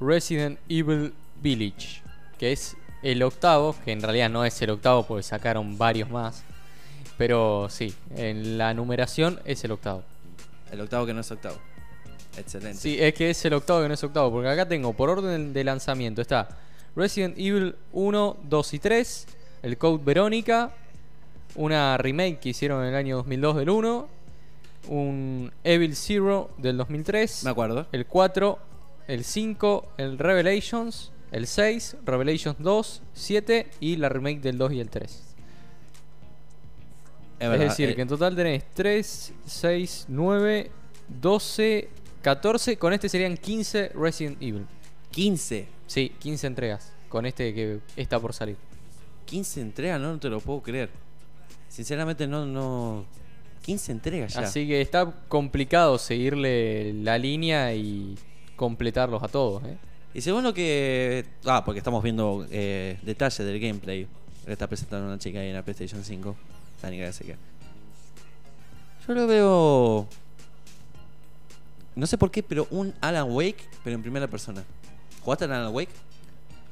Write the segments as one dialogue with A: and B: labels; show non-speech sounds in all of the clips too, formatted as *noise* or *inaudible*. A: Resident Evil Village, que es el octavo, que en realidad no es el octavo porque sacaron varios más, pero sí, en la numeración es el octavo.
B: El octavo que no es octavo. Excelente.
A: Sí, es que es el octavo que no es octavo, porque acá tengo por orden de lanzamiento está Resident Evil 1, 2 y 3, el Code Verónica, una remake que hicieron en el año 2002 del 1, un Evil Zero del 2003,
B: Me acuerdo.
A: el 4, el 5, el Revelations, el 6, Revelations 2, 7 y la remake del 2 y el 3.
B: Es,
A: Es,
B: verdad,
A: decir,
B: eh,
A: que en total tenés 3, 6, 9, 12, 14. Con este serían 15 Resident Evil.
B: 15.
A: Sí, 15 entregas. Con este que está por salir.
B: 15 entregas, no, no te lo puedo creer. Sinceramente no, no. 15 entregas ya.
A: Así que está complicado seguirle la línea y completarlos a todos. ¿eh?
B: Y según lo que. Ah, porque estamos viendo eh, detalles del gameplay que está presentando una chica ahí en la PlayStation 5. Dani García. Yo lo veo. No sé por qué, pero un Alan Wake, pero en primera persona. ¿Jugaste al Alan Wake?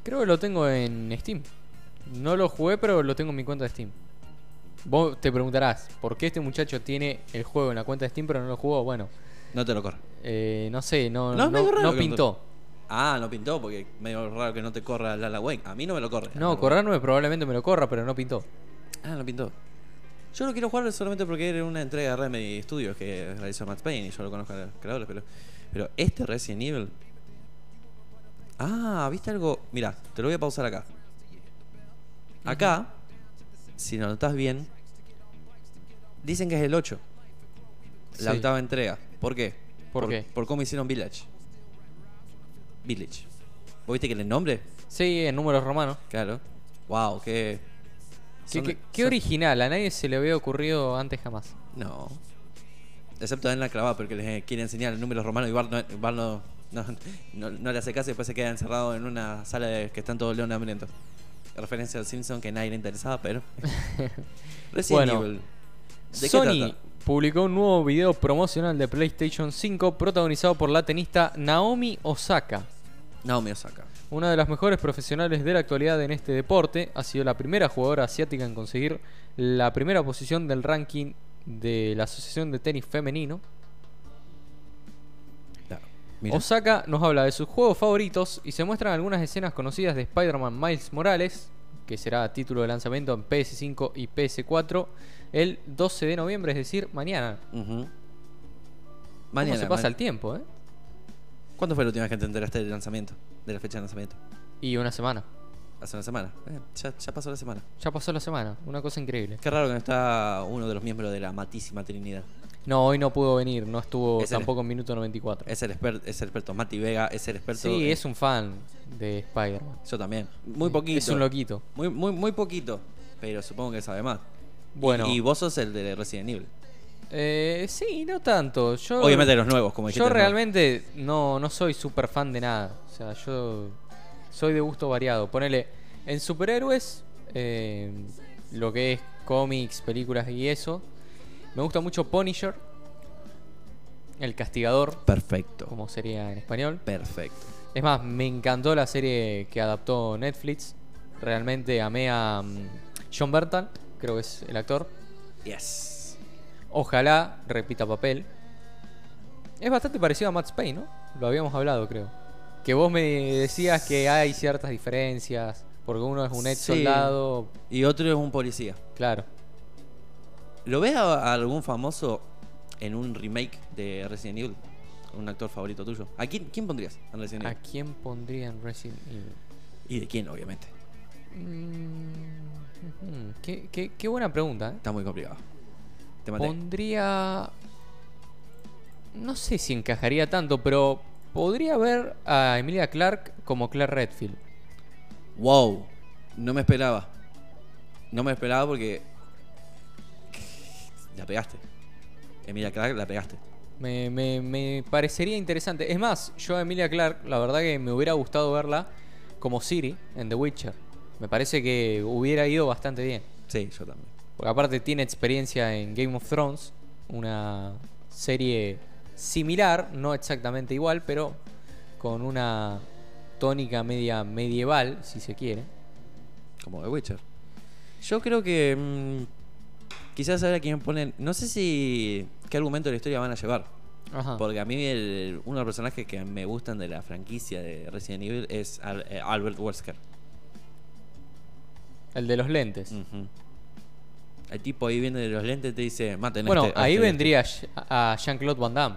A: Creo que lo tengo en Steam. No lo jugué, pero lo tengo en mi cuenta de Steam. Vos te preguntarás, ¿por qué este muchacho tiene el juego en la cuenta de Steam pero no lo jugó? Bueno,
B: No te lo corro.
A: eh, no sé, no,
B: No,
A: no,
B: es medio raro
A: no
B: que no te-
A: pintó.
B: Ah, no pintó porque medio raro que no te corra el Alan Wake. A mí no me lo corre. Alan
A: No,
B: Wake.
A: correrme probablemente me lo corra, pero no pintó.
B: Ah, no pintó. Yo lo quiero jugar solamente porque era una entrega de Remedy Studios que realizó Matt Payne y yo lo conozco a los creadores, pero, pero este Resident Evil. Ah, ¿viste algo? Mira, te lo voy a pausar acá. Acá, si lo notas bien, dicen que es el 8, la
A: Sí.
B: octava entrega. ¿Por qué?
A: ¿Por qué?
B: Por cómo hicieron Village. Village. ¿Vos viste que el nombre?
A: Sí, en números romanos.
B: Claro. Wow, qué.
A: Qué,
B: son-
A: qué- qué
B: son-
A: original, a nadie se le había ocurrido antes jamás.
B: No. Excepto en la clavada, porque les eh, quiere enseñar el número romano y Bar no, Bart no, no, no- no le hace caso y después se queda encerrado en una sala de- que están todos leones hambrientos. Referencia a los Simpson que nadie le interesaba,
A: *laughs*
B: pero. Resident
A: Bueno,
B: Evil. ¿De qué
A: Sony
B: trata?
A: publicó un nuevo video promocional de PlayStation 5 protagonizado por la tenista Naomi Osaka.
B: Naomi Osaka.
A: Una de las mejores profesionales de la actualidad en este deporte, ha sido la primera jugadora asiática en conseguir la primera posición del ranking de la Asociación de Tenis Femenino.
B: Mira.
A: Osaka nos habla de sus juegos favoritos y se muestran algunas escenas conocidas de Spider-Man Miles Morales, que será título de lanzamiento en PS5 y PS4 el 12 de noviembre, es decir, mañana.
B: Ujú.
A: ¿Cómo
B: Mañana.
A: se pasa
B: ma-
A: el tiempo, eh?
B: ¿Cuándo fue la última vez que te enteraste del lanzamiento? De la fecha de lanzamiento.
A: Y una semana.
B: Hace una semana. Eh, ya, ya pasó la semana.
A: Ya pasó la semana, una cosa increíble.
B: Qué raro que no está uno de los miembros de la Matísima Trinidad.
A: No, hoy no pudo venir, no estuvo
B: Es el-
A: tampoco en minuto 94.
B: Es el, exper- es el experto Mati Vega, es el experto.
A: Sí,
B: en-
A: es un fan de Spider-Man.
B: Yo también. Muy poquito.
A: Es un loquito.
B: Muy, muy, muy poquito. Pero supongo que sabe más.
A: Bueno.
B: Y, y vos sos el de Resident Evil.
A: Eh, sí, no tanto. Yo,
B: Obviamente de los nuevos, como dijiste.
A: yo
B: ¿no?
A: realmente no, no soy super fan de nada. O sea, yo soy de gusto variado. Ponele, en superhéroes, eh, lo que es cómics, películas y eso, me gusta mucho Punisher, El Castigador,
B: Perfecto.
A: como sería en español.
B: Perfecto.
A: Es más, me encantó la serie que adaptó Netflix. Realmente amé a mm, John Bertal, creo que es el actor.
B: Yes.
A: Ojalá repita papel. Es bastante parecido a Max Payne, ¿no? Lo habíamos hablado, creo. Que vos me decías que hay ciertas diferencias, porque uno es un ex
B: Sí.
A: soldado,
B: Y otro es un policía.
A: claro.
B: ¿Lo ves a, a algún famoso en un remake de Resident Evil? Un actor favorito tuyo. ¿A quién, quién pondrías en Resident
A: ¿A
B: Evil?
A: quién pondría en Resident Evil?
B: ¿Y de quién, obviamente?
A: Mm, ujú, qué, qué- qué buena pregunta, ¿eh?
B: Está muy complicado. Te maté.
A: Pondría... No sé si encajaría tanto, pero podría ver a Emilia Clark como Claire Redfield.
B: Wow, no me esperaba. No me esperaba porque. La pegaste. Emilia Clark, la pegaste.
A: Me, me- me parecería interesante. Es más, yo a Emilia Clark, la verdad que me hubiera gustado verla como Siri en The Witcher. Me parece que hubiera ido bastante bien.
B: Sí, yo también.
A: Porque aparte tiene experiencia en Game of Thrones, una serie similar, no exactamente igual, pero con una tónica media medieval, si se quiere.
B: Como The Witcher. Yo creo que. mm, quizás a quién ponen. No sé si. qué argumento de la historia van a llevar.
A: Ajá.
B: Porque a mí el- uno de los personajes que me gustan de la franquicia de Resident Evil es Al- eh, Albert Wesker.
A: El de los lentes.
B: Ujú. El tipo ahí viene de los lentes y te dice, maten a
A: Bueno,
B: este- a
A: ahí
B: este-
A: vendría a a Jean-Claude Van Damme.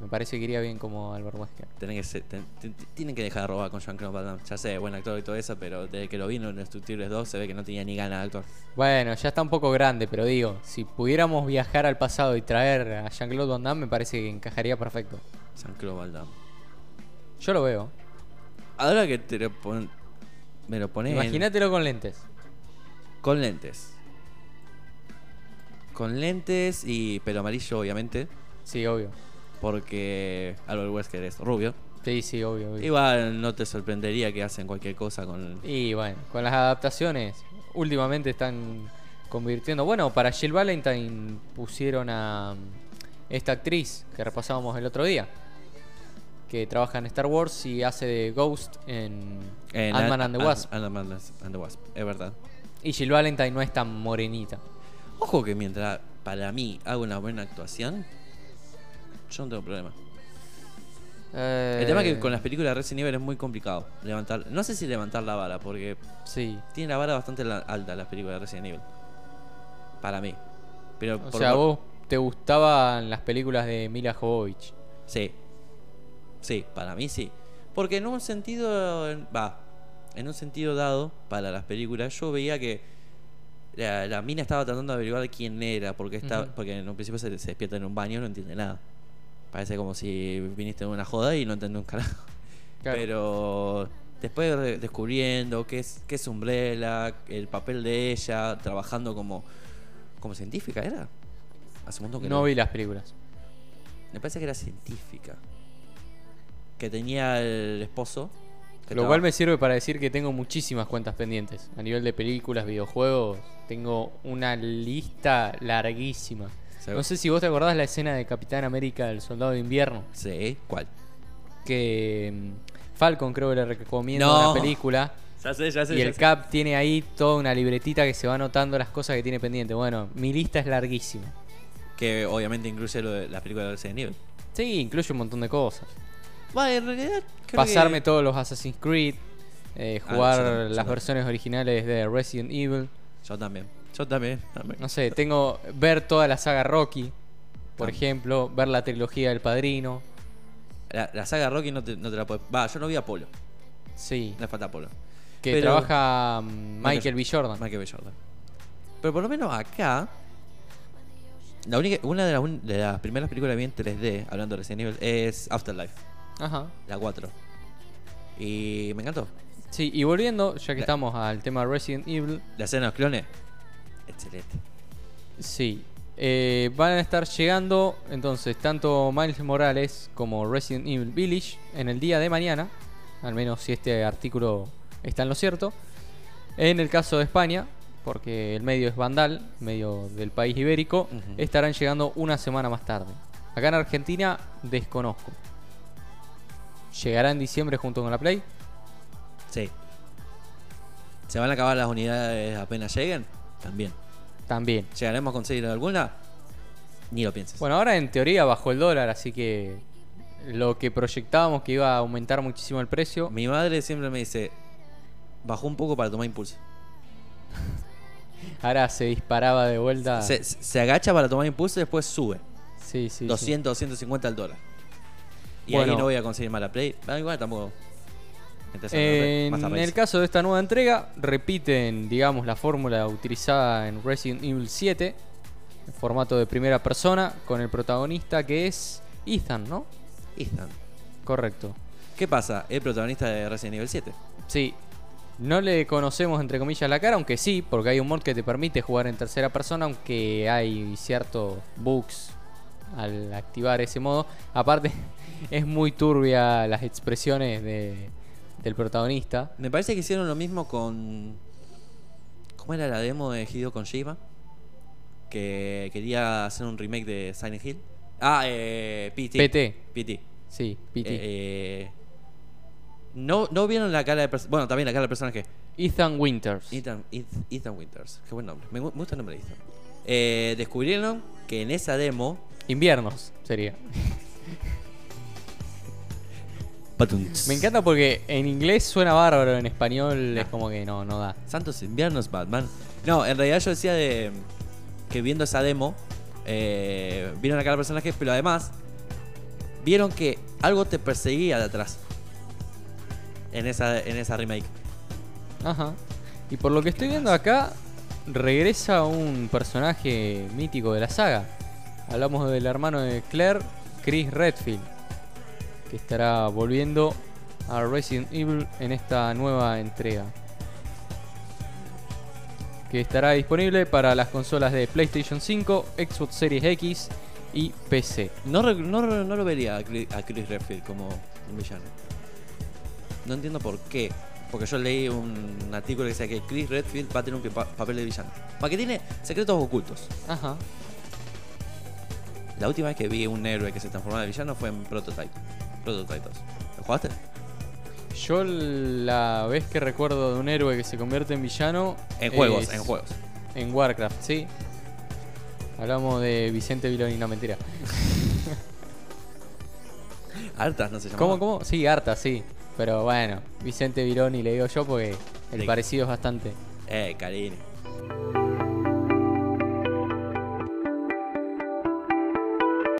A: Me parece que iría bien como Albert Wesker.
B: Tenés que ser- ten- ten- tienen que dejar de robar con Jean-Claude Van Damme. Ya sé, buen actor y todo eso, pero desde que lo vino en Destructibles 2 se ve que no tenía ni ganas de actuar.
A: Bueno, ya está un poco grande, pero digo, si pudiéramos viajar al pasado y traer a Jean-Claude Van Damme, me parece que encajaría perfecto.
B: Jean-Claude Van Damme.
A: Yo lo veo.
B: Ahora que te lo pon- me lo pones en-
A: Imagínatelo con lentes.
B: con lentes. Con lentes y pelo amarillo, obviamente,
A: Sí, obvio.
B: porque Albert Wesker es rubio.
A: Sí, sí, obvio. obvio.
B: Igual no te sorprendería que hacen cualquier cosa con...
A: Y bueno, con las adaptaciones, últimamente están convirtiendo. Bueno, para Jill Valentine pusieron a mm, esta actriz que repasábamos el otro día, que trabaja en Star Wars y hace de Ghost en,
B: en
A: Ant-Man
B: Ant-
A: and the
B: Ant-
A: Wasp.
B: Ant-Man and the Wasp, es verdad.
A: Y Jill Valentine no es tan morenita.
B: Ojo que mientras para mí hago una buena actuación, yo no tengo problema. El tema
A: Eh.
B: es que con las películas de Resident Evil es muy complicado levantar. No sé si levantar la vara, porque
A: Sí.
B: tiene la vara bastante la- alta las películas de Resident Evil. Para mí. Pero
A: O
B: por
A: sea,
B: lo-
A: vos te gustaban las películas de Mila Jovovich.
B: Sí. Sí, para mí sí. Porque en un sentido. en- Va. En un sentido dado, para las películas, yo veía que. La, la mina estaba tratando de averiguar quién era, porque está,
A: Ujú.
B: porque en un principio se, se despierta en un baño y no entiende nada. Parece como si viniste en una joda y no entendés un carajo.
A: Claro.
B: Pero después re- descubriendo qué es, qué es Umbrella, el papel de ella, trabajando como, como científica, ¿era? Hace un montón que
A: no vi las películas.
B: me parece que era científica. Que tenía el esposo. que
A: Lo cual
B: traba-
A: me sirve para decir que tengo muchísimas cuentas pendientes. A nivel de películas, videojuegos, tengo una lista larguísima.
B: Se-
A: No sé si vos te acordás la escena de Capitán América, el Soldado de Invierno,
B: Sí, ¿cuál?
A: que mm, Falcon creo que le recomienda
B: No.
A: una película.
B: Ya sé, ya
A: Y el Cap tiene ahí toda una libretita que se va anotando las cosas que tiene pendiente. Bueno, mi lista es larguísima.
B: Que obviamente incluye lo de la película de Resident Evil.
A: Sí, incluye un montón de cosas.
B: Va, en realidad. creo
A: Pasarme
B: que-
A: todos los Assassin's Creed, eh,
B: Ah,
A: jugar
B: yo también, yo
A: las
B: también.
A: versiones originales de Resident Evil.
B: Yo también. Yo también. también.
A: No sé, tengo ver toda la saga Rocky, por
B: Tam-
A: ejemplo, ver la trilogía del Padrino.
B: La, la saga Rocky no te, no te la puedes. Va, yo no vi Apolo.
A: Sí,
B: Le falta Apolo.
A: que
B: pero-
A: trabaja mm, Michael B. Jordan.
B: Michael B. Jordan. Pero por lo menos acá. La única, una de las, un- de las primeras películas que vi en 3D, hablando de Resident Evil, es Afterlife,
A: Ajá.
B: la 4. Y me encantó.
A: Sí, y volviendo, ya que
B: La-
A: estamos al tema Resident Evil,
B: La escena de los clones. Excelente.
A: sí. eh, van a estar llegando entonces tanto Miles Morales como Resident Evil Village en el día de mañana, al menos si este artículo está en lo cierto. En el caso de España, porque el medio es Vandal, medio del país ibérico,
B: Ujú.
A: estarán llegando una semana más tarde. Acá en Argentina desconozco. ¿Llegará en diciembre junto con la Play?
B: Sí. ¿Se van a acabar las unidades apenas lleguen? También.
A: También.
B: ¿Llegaremos a conseguir alguna? Ni lo pienses.
A: Bueno, ahora en teoría bajó el dólar, así que lo que proyectábamos que iba a aumentar muchísimo el precio.
B: Mi madre siempre me dice, bajó un poco para tomar impulso.
A: Ahora se disparaba de vuelta.
B: Se, se agacha para tomar impulso y después sube.
A: Ah. Sí, sí, sí.
B: 200, 250 al dólar. Y
A: Bueno.
B: ahí no voy a conseguir más la play. Ah, igual tampoco. Mientras no
A: Eh,
B: sé, más
A: en
B: a raíz.
A: el caso de esta nueva entrega, repiten, digamos, la fórmula utilizada en Resident Evil 7, en formato de primera persona, con el protagonista que es Ethan, ¿no?
B: Ethan.
A: Correcto.
B: ¿Qué pasa? El protagonista de Resident Evil 7.
A: Sí. No le conocemos entre comillas la cara, aunque sí, porque hay un mod que te permite jugar en tercera persona, aunque hay ciertos bugs al activar ese modo. Aparte, *laughs* es muy turbia las expresiones de- del protagonista.
B: Me parece que hicieron lo mismo con. ¿Cómo era la demo de Hideo Kojima? Que quería hacer un remake de Silent Hill.
A: E
B: Ah, eh, PT.
A: PT.
B: PT.
A: E Sí, PT.
B: Eh, eh, No, no vieron la cara de pers- Bueno, también la cara del personaje.
A: Ethan Winters.
B: Ethan, Eth- Ethan Winters. Qué buen nombre. Me, gu- me gusta el nombre de Ethan. Eh, descubrieron que en esa demo.
A: Inviernos sería.
B: Patunts.
A: Me encanta porque en inglés suena bárbaro, en español es como que no, no da.
B: Santos inviernos, Batman. No, en realidad yo decía de que viendo esa demo, eh, vieron acá los personajes, pero además vieron que algo te perseguía de atrás. En esa, en esa remake.
A: Ajá. Y por lo que estoy viendo acá, regresa un personaje mítico de la saga. Hablamos del hermano de Claire, Chris Redfield, que estará volviendo a Resident Evil en esta nueva entrega. Que estará disponible para las consolas de PlayStation 5, Xbox Series X y PC.
B: No, re- no, re- no lo vería a Chris, a Chris Redfield como un villano. No entiendo por qué. Porque yo leí un artículo que decía que Chris Redfield va a tener un pa- papel de villano. Porque tiene secretos ocultos.
A: Ajá.
B: La última vez que vi un héroe que se transformaba de villano fue en Prototype. Prototype 2. ¿Lo jugaste?
A: Yo la vez que recuerdo de un héroe que se convierte en villano.
B: En juegos,
A: es
B: en juegos.
A: En Warcraft, sí. Hablamos de Vicente Viloni, no mentira.
B: Artas no se llama.
A: ¿Cómo, cómo? Sí, harta, sí. Pero bueno, Vicente Viloni le digo yo porque el
B: Sí.
A: parecido es bastante.
B: Eh, cariño.